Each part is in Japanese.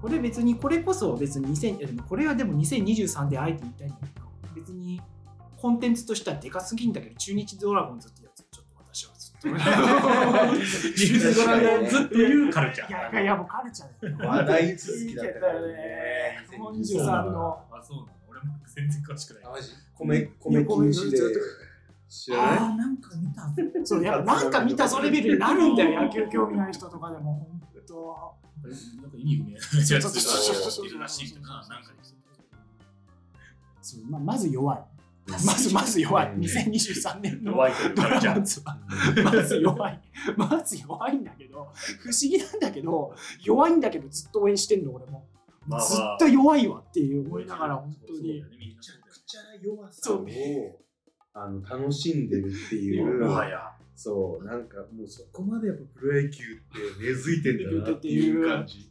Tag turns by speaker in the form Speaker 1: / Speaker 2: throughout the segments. Speaker 1: これ別にこれこそ別に2000いやでもこれはでも2023であえて言いたいんだけど別にコンテンツとしてはでかすぎんだけど中日ドラゴンズってやつちょっと私はずっと
Speaker 2: ジルスドラゴンズっていうカルチャ
Speaker 1: い
Speaker 2: ー。
Speaker 1: やいやいやもうカルチャーだよ
Speaker 3: 話題続きだったからね。
Speaker 1: 本日さんの
Speaker 2: あ、そうなの俺も全然詳しくない。
Speaker 3: あ、マジ米、米禁止で。知らない
Speaker 2: あー、なんか見たぞ。
Speaker 1: そうやっぱなんか見たそレベルになるんだよ野球興味ない人とかでも本当
Speaker 2: なんか意味不明なやつがいるらしいけどな、なんかですよ
Speaker 1: そうままず弱いまずまず弱い
Speaker 3: うん
Speaker 1: 2023年の
Speaker 2: 弱いという
Speaker 1: ド
Speaker 2: カル
Speaker 1: ラ
Speaker 2: チャ
Speaker 1: ゴン
Speaker 2: ー。
Speaker 1: ズはまず弱いまず弱いんだけど不思議なんだけど弱いんだけどずっと応援してんの俺も
Speaker 2: まあまあ
Speaker 1: ずっと弱いわっていう思いながら本当に
Speaker 2: そうだよねみんな
Speaker 3: めちゃくちゃ弱さをあの楽しんでるってい
Speaker 2: も
Speaker 3: う、
Speaker 2: はや。
Speaker 3: そう、なんかもうそこまでやっぱプロ野球って根付いてんだなっていう感じ。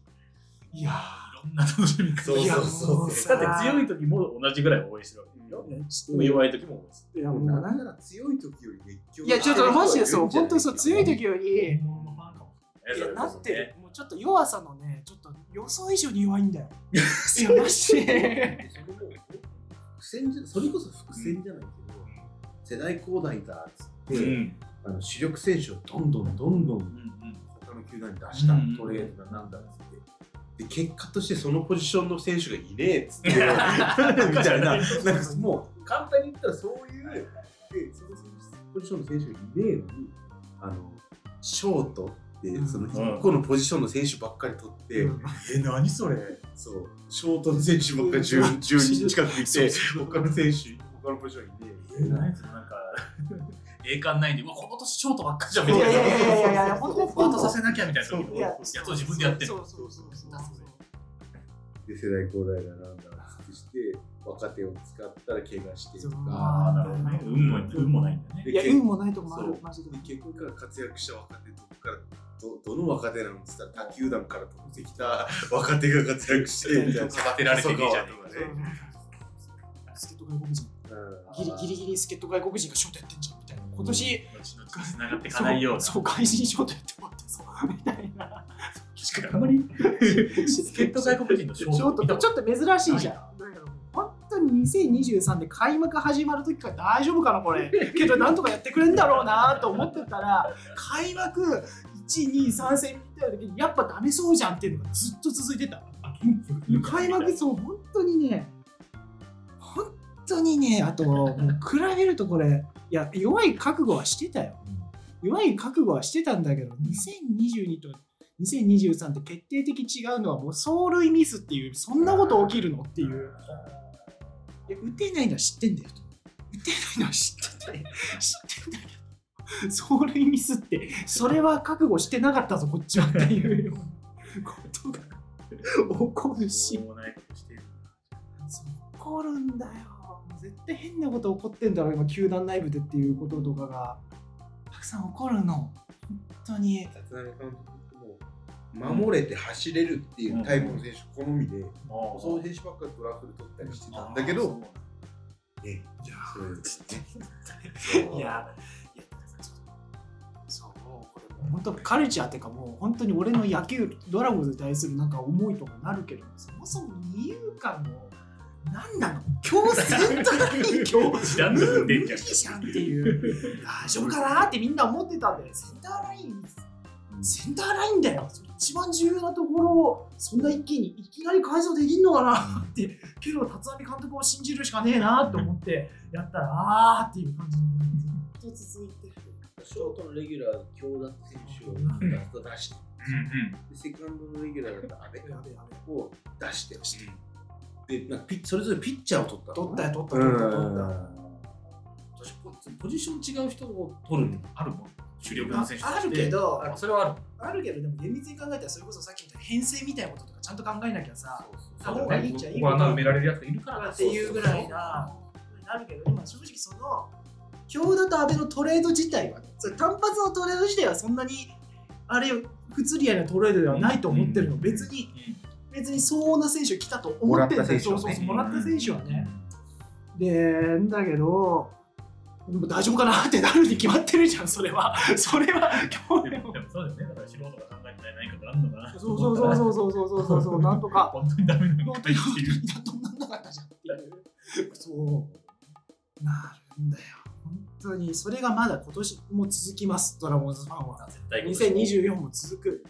Speaker 1: いや
Speaker 2: いろんな楽しみ方
Speaker 3: そうそうそうそ
Speaker 2: だって強い時も同じぐらい応援してるわけでしょ。
Speaker 1: ち
Speaker 2: でも
Speaker 1: い
Speaker 2: 弱い時も応援す
Speaker 1: や
Speaker 3: う。
Speaker 1: もう
Speaker 3: なんなら強い時より熱狂
Speaker 1: いやちょっとマジでそう本当にそう強い時よ
Speaker 2: る。
Speaker 1: り
Speaker 2: 本物のファンかもし
Speaker 1: い
Speaker 2: れ
Speaker 1: や
Speaker 2: い
Speaker 1: なってる。もうちょっと弱さのねちょっと予想以上に弱いんだよいやマジで
Speaker 3: それも伏線じゃそれこそ伏線じゃないけど、世代交代だっつって、
Speaker 2: うん。
Speaker 3: あの主力選手をどんどんどんど
Speaker 2: うんん。
Speaker 3: 他の球団に出した、
Speaker 2: うん
Speaker 3: トレードだなんだっつってで結果としてそのポジションの選手がいねえっつってみたいななんかもう簡単に言ったらそういうでその選手ポジションの選手がいねえのにあのショートでその1個のポジションの選手ばっかり取って、
Speaker 1: うん
Speaker 2: え、何それ
Speaker 3: そうショートの選手ばっかり 10, 人近くいて他の選手他のポジションいねえ
Speaker 2: え、何それなんか、栄冠ないんで、うわ、この年ショートばっかじゃん
Speaker 1: い
Speaker 2: みた
Speaker 1: や
Speaker 2: いな。
Speaker 1: いやいやいやいや本当に
Speaker 2: バートさせなきゃみたいな時
Speaker 3: そう
Speaker 2: も、やっと自分でやってる
Speaker 1: そ。うそうそうそうそう
Speaker 3: で世代交代がなんだつってして若手を使ったら怪我して
Speaker 1: そ
Speaker 3: と
Speaker 1: う
Speaker 3: か
Speaker 2: ああ、なるほどね。運も、運もないんだね。
Speaker 3: で
Speaker 1: いや、
Speaker 3: 結
Speaker 1: 運もないとこもある
Speaker 3: そ、う
Speaker 1: マジで
Speaker 3: で。結果活躍した若手どこからどどの若手なのって言ったら他球団から飛んできた若手が活躍してみたいな
Speaker 2: 育てられてねえじゃんとか
Speaker 3: そう
Speaker 2: ね。
Speaker 1: 助っ人外国人ギリギリギリ助っ人外国人がショートやってんじゃんみたいな今年
Speaker 2: つながっていかないような。
Speaker 1: そうそう外人ショートやってもらってそうみたいな
Speaker 2: 確かにあんま り、助っ人外国人のシ
Speaker 1: シ
Speaker 2: ョ
Speaker 1: ョ
Speaker 2: ー
Speaker 1: ー
Speaker 2: ト見
Speaker 1: トったて
Speaker 2: こ
Speaker 1: ち
Speaker 2: と
Speaker 1: ょっと珍しいじゃんだからもう本当に2023で開幕始まる時から大丈夫かなこれけどなんとかやってくれるんだろうなと思ってたら開幕123戦見た時にやっぱダメそうじゃんっていうのがずっと続いてた開幕そう本当にね本当にねあともう比べるとこれいや弱い覚悟はしてたよ弱い覚悟はしてたんだけど2022と2023って決定的違うのはもう走塁ミスっていうそんなこと起きるのっていういや打てないのは知ってんだよと打てないのは知ってて 知ってんだけど走塁ミスってそれは覚悟してなかったぞこっちはっていうようなことが起こるし
Speaker 2: しょうもないことしてる。
Speaker 1: 起こるんだよ絶対変なこと起こってんだろ今球団内部でっていうこととかがたくさん起こるの本当に
Speaker 3: 立浪監督も守れて走れるっていうタイプの選手好みで、そういう選手ばっかりドラフトで取ったりしてたんだけど、ね、じゃあそういう
Speaker 1: いや、いや、そう、これもう本当カルチャーっていうか、もう本当に俺の野球、ドラゴンズに対するなんか思いとかなるけど、そもそも二遊間の、なんなの強制 とかに強
Speaker 2: 時短で踏んでん
Speaker 1: 無
Speaker 2: じゃ
Speaker 1: 理
Speaker 2: ん
Speaker 1: じゃんっていう、大丈夫かなってみんな思ってたんだよ。センターライン、センターラインだよ。それ一番重要なところを、そんな一気にいきなり改造できんのかなって、けど、立浪監督を信じるしかねえなと思って、やったら、あーっていう感じにずっと続いてる。
Speaker 3: ショートのレギュラー強打選手をドラフト出して、でセカンドのレギュラーだった阿部
Speaker 1: やべやべ。
Speaker 3: を出してでなんかピッそれぞれピッチャーを取った
Speaker 1: 取った
Speaker 3: よ
Speaker 1: よ、取った、取った、取った。
Speaker 2: ポジション違う人を取るあるもん。主力の選手
Speaker 1: ああるけど、あ
Speaker 2: それはある。
Speaker 1: あるけど、でも厳密に考えたら、それこそさっきみたいな編成みたいなこととかちゃんと考えなきゃさ、
Speaker 2: ここ穴埋められるやつがいるから
Speaker 1: っていうぐらいな、なるけど、今正直その、京田と阿部のトレード自体は、それ単発のトレード自体はそんなに、あれよ、不釣り合いなトレードではないと思ってるの、別に、別に相応な選手来たと思ってるんだよ、
Speaker 3: も
Speaker 1: そうそう
Speaker 3: らった選手はね
Speaker 1: そう、もらった選手はね。で、だけど、でも大丈夫かなってなるに決まってるじゃんそれはそれは去
Speaker 4: で
Speaker 1: 年
Speaker 4: もそうだよね、だから素人が考えてない何かがあるのかな。
Speaker 1: そうそうそうそうそうそうそうそうそうなんとか
Speaker 4: 本当にダメなの
Speaker 1: 本
Speaker 4: か
Speaker 1: 当に本
Speaker 4: って
Speaker 1: 当
Speaker 4: いう
Speaker 1: にどんなんなかったじゃんって いうそうなるんだよ本当にそれがまだ今年も続きますドラゴンズファンは
Speaker 4: 絶対今年
Speaker 1: 2024
Speaker 4: も
Speaker 1: も続く。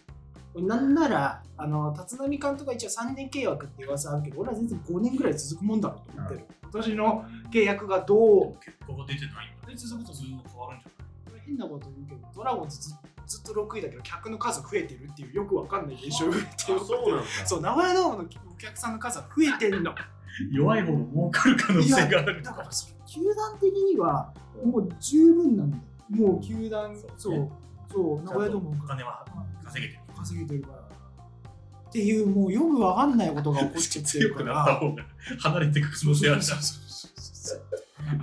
Speaker 1: なんなら、あの立浪監督が一応3年契約って噂あるけど、俺は全然5年ぐらい続くもんだろうと思ってる。今年の契約がど
Speaker 4: で
Speaker 1: う
Speaker 4: も結果が出てないんだね。続くとそういうの変わるんじゃない
Speaker 1: 変なこと言うけど、ドラゴンズずずっと6位だけど、客の数増えてるっていう、よくわかんない現象が増えてる。
Speaker 3: そうなんだ。
Speaker 1: そう、名古屋ドームのお客さんの数は増えてんの。
Speaker 4: 弱い方も儲かる可能性がある
Speaker 1: だからそれ、球団的にはもう十分なんだよ。もう球団、
Speaker 4: そうね
Speaker 1: そう、そう、名古屋ドームの
Speaker 4: お金は稼げてる。
Speaker 1: 稼げてるから。っていう、もうよくわかんないことが起こっちゃって
Speaker 4: 強
Speaker 1: るか
Speaker 4: く
Speaker 1: ら
Speaker 4: なっ。た方が離れていく可能性あるじゃん。
Speaker 3: 難しいね、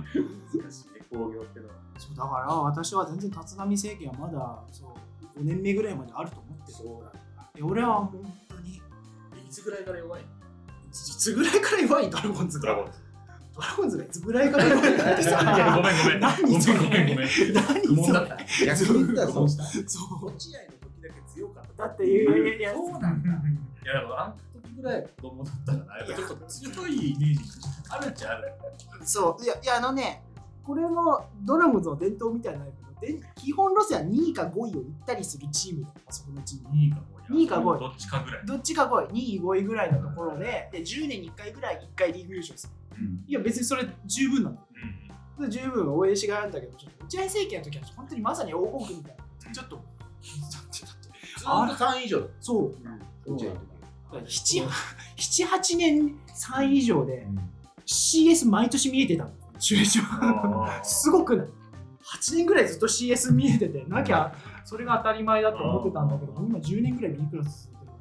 Speaker 3: 工業ってのは。
Speaker 1: そうだから私は全然立浪政権はまだそう5年目ぐらいまであると思ってる
Speaker 3: そうなんだ。
Speaker 1: で俺は本当にい
Speaker 4: いつぐらいから弱い
Speaker 1: つぐらいから弱いドラゴンズ
Speaker 4: ドラ
Speaker 1: が
Speaker 4: ゴンズ。
Speaker 1: ドラゴンズがいつぐらいから弱いだって
Speaker 4: いや
Speaker 1: さ
Speaker 4: ごめんごめん。
Speaker 1: 何それ
Speaker 4: ごめんごめんごめん。
Speaker 1: 何
Speaker 4: 愚問
Speaker 1: そ
Speaker 4: だ
Speaker 1: れ
Speaker 4: った。
Speaker 3: 逆に言ったらそうした。
Speaker 1: そう
Speaker 3: 落合の時だけ強かった。
Speaker 1: だっていやいやいや
Speaker 3: そうなんだ。
Speaker 4: いやでもあの時ぐらい子供だったから、やっぱちょっと強いイメージあるっちゃある。
Speaker 1: そういやいやあのねこれもドラゴンズの伝統みたいなんだけどで基本路線は2位か5位を行ったりするチームだあそこのチーム
Speaker 4: 2位か5位。
Speaker 1: 二位か五位
Speaker 4: どっちかぐらい。
Speaker 1: どっちか5位2位5位ぐらいのところでで10年に1回ぐらい1回リーグ優勝する
Speaker 4: うん。
Speaker 1: いや別にそれ十分なんだよ
Speaker 4: うん
Speaker 1: 十分応援しがいあるんだけど、ちょっと落合政権の時は本当にまさに黄金期みたいな。ちょっと、だってだって
Speaker 3: ずーっと3位以上だ。
Speaker 1: そう、
Speaker 3: うん。落合の時。
Speaker 1: 7、7 8年3位以上で CS 毎年見えてたの、中日は。すごくない ?8 年ぐらいずっと CS 見えてて、なきゃそれが当たり前だと思ってたんだけど、今10年ぐらい B クラス続いて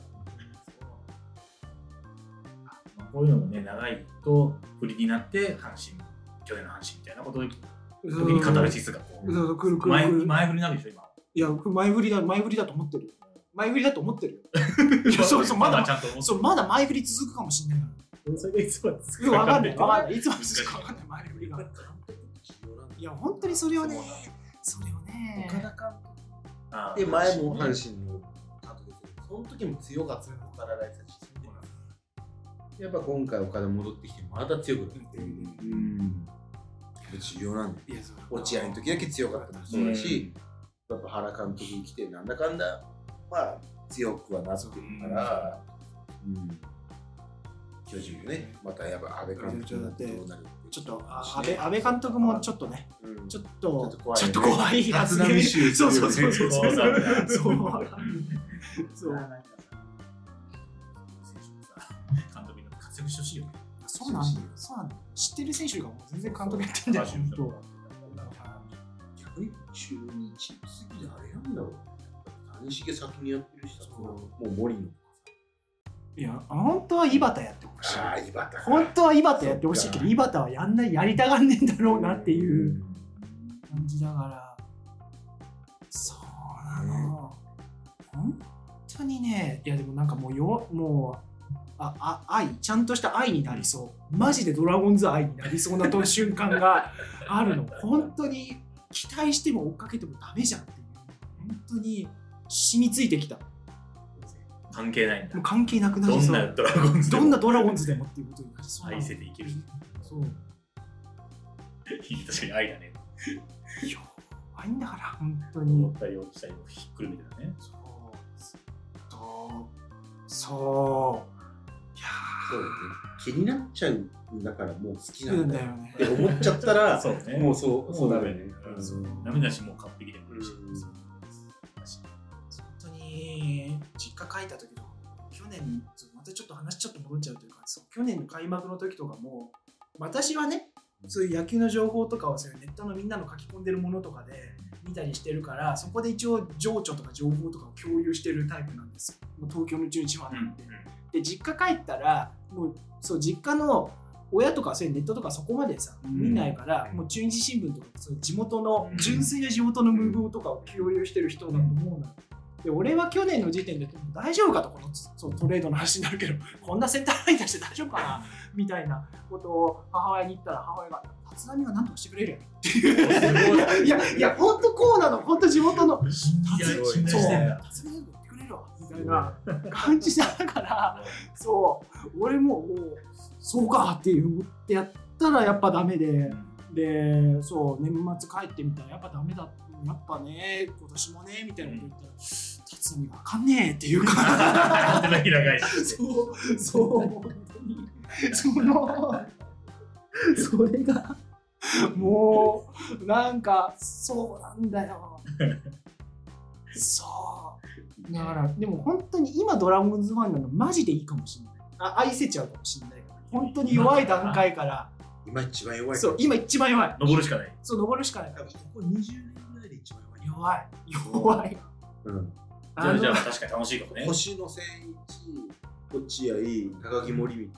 Speaker 4: まあこういうのもね、長いと不利になって、阪神、去年の阪神みたいなことを時
Speaker 1: る
Speaker 4: にカタル
Speaker 1: う
Speaker 4: シスがこ
Speaker 1: ん
Speaker 4: う、
Speaker 1: そうくるくる
Speaker 4: 前
Speaker 1: くる。
Speaker 4: 前振りになるでしょ、今。
Speaker 1: いや、前振りだ、前振りだと思ってるよ。前振りだと思ってるよ。いや、そうそう、まだ
Speaker 4: ち、ゃんと思って
Speaker 1: そうまだ前振り続くかもしれないから。
Speaker 4: それがいつまでつ
Speaker 1: いやわかんない、
Speaker 4: わ
Speaker 1: わ
Speaker 4: か
Speaker 1: かん
Speaker 4: ん
Speaker 1: な
Speaker 4: ない。
Speaker 1: い。いつまで続くかわかんない、前振りが。いや、本当にそれをね、それをね、
Speaker 3: 岡田監督。
Speaker 4: あー
Speaker 3: で前も阪神の監督ですけどその時も強かったよ岡田大地やっぱ今回岡田戻ってきてまた強くなってるうん重要なんだよ
Speaker 1: いやそう
Speaker 3: 落合の時だけ強かったのもそうだし、やっぱ原監督に来てなんだかんだまあ強くはなってるから、うん、巨人もねまたやっぱ安倍監督になってどうなる
Speaker 1: ちょっと、あ安倍安倍監督もちょっとね、
Speaker 3: うん
Speaker 1: ちょっと、
Speaker 3: ちょっと怖いね
Speaker 1: ちょっと怖い発言
Speaker 3: 立浪集
Speaker 1: そうそうそうそう。
Speaker 4: そうなんだよ
Speaker 1: そうそう
Speaker 4: なんかさ選手もさ監督になって活躍してほしいよね。
Speaker 1: そうなんだよそうなんだよ知ってる選手がもう全然監督やってんだよ、本当。
Speaker 3: 逆に中日すぎであれなんだろう。谷繁先にやってる人
Speaker 1: そう
Speaker 3: もう森野。
Speaker 1: いや、本当は井端やってほしい。
Speaker 3: ああ、井端か。
Speaker 1: 本当は井端やってほしいけど、
Speaker 3: そっ
Speaker 1: 井端はやんない、やりたがんねえんだろうなっていう。感じだからそうなの、本当にねいやでもなんかもうよもうああ愛ちゃんとした愛になりそうマジでドラゴンズ愛になりそうなと瞬間が あるの本当に期待しても追っかけてもダメじゃんっていう本当に染みついてきたも
Speaker 4: 関係ないんだ
Speaker 1: う。関係なくな
Speaker 4: ど
Speaker 1: り
Speaker 4: ん
Speaker 1: そ
Speaker 4: な
Speaker 1: う
Speaker 4: ドラゴンズで
Speaker 1: どん
Speaker 4: も
Speaker 1: なドラゴンズでもっていうことになりそうな
Speaker 4: 愛せていける。
Speaker 1: そう
Speaker 4: 確かに愛だね。
Speaker 1: いや愛だから本当に
Speaker 4: 思ったり落ちたりをひっくるめてだね。
Speaker 1: そうとそういや
Speaker 3: そうだね。気になっちゃうんだからもう好きな
Speaker 1: ーそうんだ
Speaker 3: だ
Speaker 1: よ
Speaker 3: よ。
Speaker 1: ね
Speaker 3: って思っちゃった ら、
Speaker 4: そうね。
Speaker 3: もうそう、
Speaker 4: そうだね
Speaker 3: うん
Speaker 4: うん
Speaker 3: そう
Speaker 4: ダメだし、もう完璧でもいいし。
Speaker 3: うん
Speaker 4: そう
Speaker 1: 本当に実家帰った時の去年またちょっと話ちょっと戻っちゃうというかそう去年の開幕の時とかも私はねそういう野球の情報とかをそういうネットのみんなの書き込んでるものとかで見たりしてるからそこで一応情緒とか情報とかを共有してるタイプなんですよもう東京の中日ファンなんて、で実家帰ったらもうそう実家の親とかそういうネットとかそこまでさ
Speaker 4: ん
Speaker 1: 見ないから、
Speaker 4: うん
Speaker 1: もう中日新聞とかそういう地元の、
Speaker 4: うん
Speaker 1: 純粋な地元のムーブとかを共有してる人だと思うな、で俺は去年の時点で大丈夫かとこのそうトレードの話になる けどこんなセンターライン出して大丈夫かなみたいなことを母親に言ったら母親が「立浪がなんとかしてくれるやん
Speaker 4: すご
Speaker 1: いやいや本当こうなの本当地元の
Speaker 4: 信じ
Speaker 1: 立
Speaker 4: 合い
Speaker 1: 浪
Speaker 4: を
Speaker 1: そう
Speaker 4: 信
Speaker 1: 立
Speaker 4: 頼
Speaker 1: 浪
Speaker 4: してん
Speaker 1: が
Speaker 4: だ。
Speaker 1: 言ってくれるわみたいな感じだからそう俺ももうそうかって思ってやったらやっぱダメででそう年末帰ってみたらやっぱダメだやっぱね今年もねみたいなこと言ったら立浪わかんねえっていうか
Speaker 4: 働き長いし。
Speaker 1: そうそう本当にそのそれがもうなんかそうなんだよそうだからでも本当に今ドラゴンズファンなのマジでいいかもしれないあ愛せちゃうかもしれないから本当に弱い段階から
Speaker 3: 今一番弱い。
Speaker 1: そう今一番弱い
Speaker 4: 登るしかない。
Speaker 1: そう登るしかないから
Speaker 3: 多分ここ20年ぐらいで一番弱い。
Speaker 1: 弱い弱い
Speaker 3: うん。
Speaker 4: じゃあ、じゃ
Speaker 1: あ
Speaker 4: あ
Speaker 1: の
Speaker 4: 確かに楽しいかもね。
Speaker 3: 星野千一、落合、高木森道、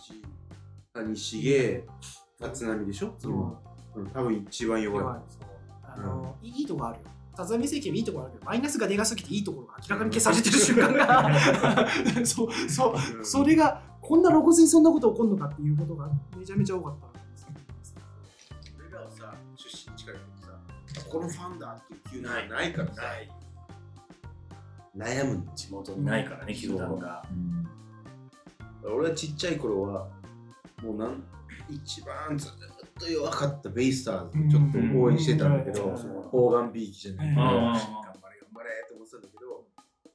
Speaker 3: 谷繁、立浪でしょ
Speaker 1: そう
Speaker 3: うん多分一番弱い。
Speaker 1: 弱いあの、いいとこあるよ。立浪政権もいいとこあるけど、マイナスがでかすぎていいところが明らかに消されてる瞬間が、 そう、そう、
Speaker 3: うん
Speaker 1: それが、こんな露骨にそんなこと起こるのかっていうことがめちゃめちゃ多かったんですけど。
Speaker 3: 俺らはさ、出身地からさ、このファンだっていう球団がないからさ、
Speaker 4: ない。
Speaker 3: 悩むんだ
Speaker 4: 地元にないからね、球団が。
Speaker 3: 俺はちっちゃい頃は、もうなん一番ずっと弱かったベイスターズをちょっと応援してたんだ
Speaker 1: う
Speaker 3: け
Speaker 1: ん
Speaker 3: ど、
Speaker 1: そ
Speaker 3: 砲丸ビーキじゃないけど、
Speaker 1: うん
Speaker 3: 頑張
Speaker 4: うん
Speaker 3: れ頑張れと思ってたんだけど、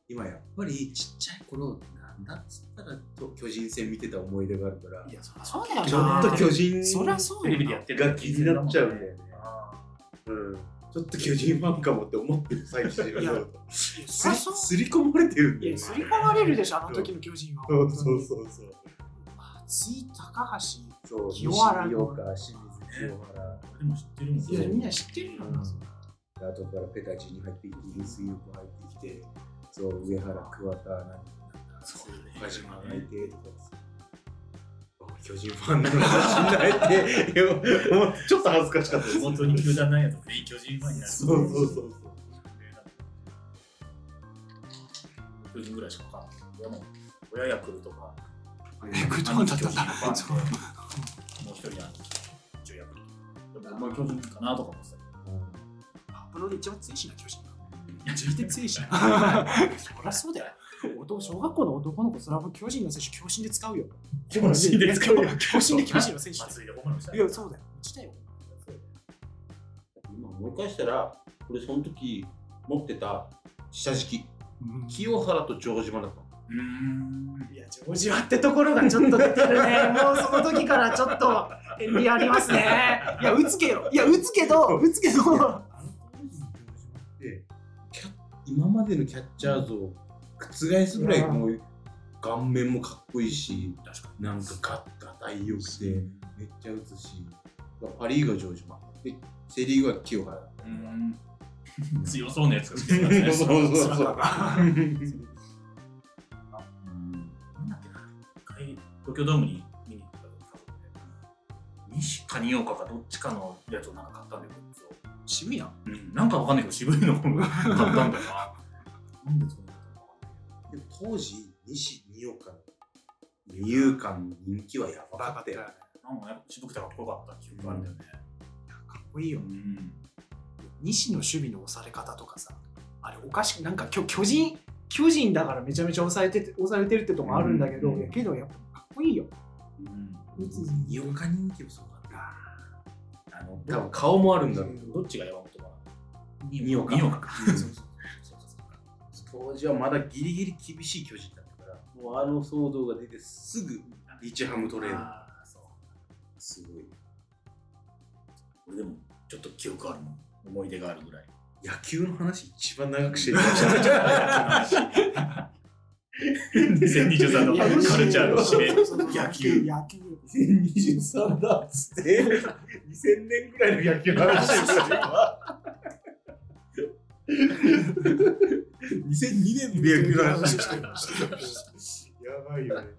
Speaker 3: 今やっぱりちっちゃい頃、なんだっつったらと巨人戦見てた思い出があるから、
Speaker 1: いや、そりゃそうだよな。
Speaker 3: ちょっと巨人
Speaker 1: そりゃそう
Speaker 4: テ
Speaker 1: よ
Speaker 4: レビでやってる。
Speaker 3: が気になっちゃうんだよね。
Speaker 4: あ
Speaker 3: うんちょっと巨人ファンかもって思ってる最中
Speaker 1: いや
Speaker 3: が
Speaker 1: いやそ
Speaker 3: す
Speaker 1: り
Speaker 3: り
Speaker 1: ゃそう
Speaker 3: すり込まれてるん
Speaker 1: い
Speaker 3: だよ
Speaker 1: や、
Speaker 3: ね。
Speaker 1: すり込まれるでしょ、あの時の巨人は。
Speaker 3: そうそうそうそう。
Speaker 1: 松井、高橋。
Speaker 3: そう、
Speaker 1: 清原
Speaker 3: 西岡、清水、清
Speaker 4: あ。でも知ってるもん
Speaker 1: いや、みん
Speaker 4: ね。
Speaker 1: な知ってるよ
Speaker 3: 原
Speaker 1: な。それ。
Speaker 3: あとからペタジに入ってきて、イギリスユープ入ってきて、そう、上原、桑田、なんか、
Speaker 4: そうね
Speaker 3: 岡島がいてとかさ。あ巨人ファンなのかもしれないって、 もうちょっと恥ずかしかったです。
Speaker 4: 本当に球団ないやつ、全員巨人ファンになる。
Speaker 3: そうそうそうそう。
Speaker 4: 巨人ぐらいしかわかんない。親も親ヤクルトか。
Speaker 1: クトンだったんだ
Speaker 4: 兄貴巨人ファン
Speaker 1: そう
Speaker 4: もう一人兄貴一応ヤクルト。でもあんまり巨人かなとか思ってたけど。
Speaker 1: パブロで一番強いしな、巨人が。一番強いしな。そりゃそうだよ。男小学校の男の子、それはもう巨人の選手、強振で使うよ。
Speaker 4: 巨人で使うよ
Speaker 1: 強振で巨人の選手だ
Speaker 4: 松井でホームラン打ちた
Speaker 1: よ。いや、そうだよ。したよ。
Speaker 3: 今思い返したら、俺その時持ってた下敷き、清原と城島だったの。
Speaker 4: うーん。
Speaker 1: いや、ジョージはってところがちょっと出てる ね。もうその時からちょっと、遠慮ありますね。いや、打つけよ。いや、打つけど、打つけど。
Speaker 3: あの当時の広島ってキャ今までのキャッチャー像を覆すぐらいもう顔面もかっこいいし
Speaker 4: 確か
Speaker 3: なんかガッガタイよくてめっちゃ打つしパ・リーグは城島でセ・リーグは清原
Speaker 4: に。うん。強そうなやつが好きだね。
Speaker 3: そうそうそう
Speaker 4: スラッガーがなんだっけな、一回東京ドームに見に行ったことで、西か二岡かどっちかのやつをなんか買ったんだよ、こいつを。
Speaker 1: 渋いな。
Speaker 4: うん、なんかわかんないけど、渋いのを買ったんだよな。なんでそんなことわかんない
Speaker 3: でも当時西二岡の二遊間の人気はやばかったよ
Speaker 1: か
Speaker 4: けど。なんかやっぱ渋くてかっこよかった記憶があるんだよね。
Speaker 1: っこいいよ
Speaker 4: う。ん。
Speaker 1: 西の守備の押され方とかさあれおかしくなんか巨巨人巨人だからめちゃめちゃ抑えてて押されてるってとこあるんだけど、
Speaker 4: うん
Speaker 1: いやけどやっぱかっこいいよ
Speaker 4: うん。
Speaker 3: 二岡人気もそうだった
Speaker 4: あの、
Speaker 3: 多分顔もあるんだろう
Speaker 4: どっちが山本かな
Speaker 3: 二岡
Speaker 4: 二岡か。
Speaker 3: そうそうそう当時はまだギリギリ厳しい巨人だったから、もうあの騒動が出てすぐリッチハムトレード。
Speaker 4: あーそう
Speaker 3: すごい。
Speaker 4: 俺でも、ちょっと記憶あるもん。思い出がある ぐらい。
Speaker 3: 野球の話一番長くしてる。
Speaker 4: 2023の
Speaker 1: いやむしろ
Speaker 4: カルチャーの締め
Speaker 1: そうそうそう
Speaker 4: 野球
Speaker 1: 野球
Speaker 3: 2023だっつって、2000年ぐらいの野 球の話してるから。2002年の野球の話してる。やばいよね。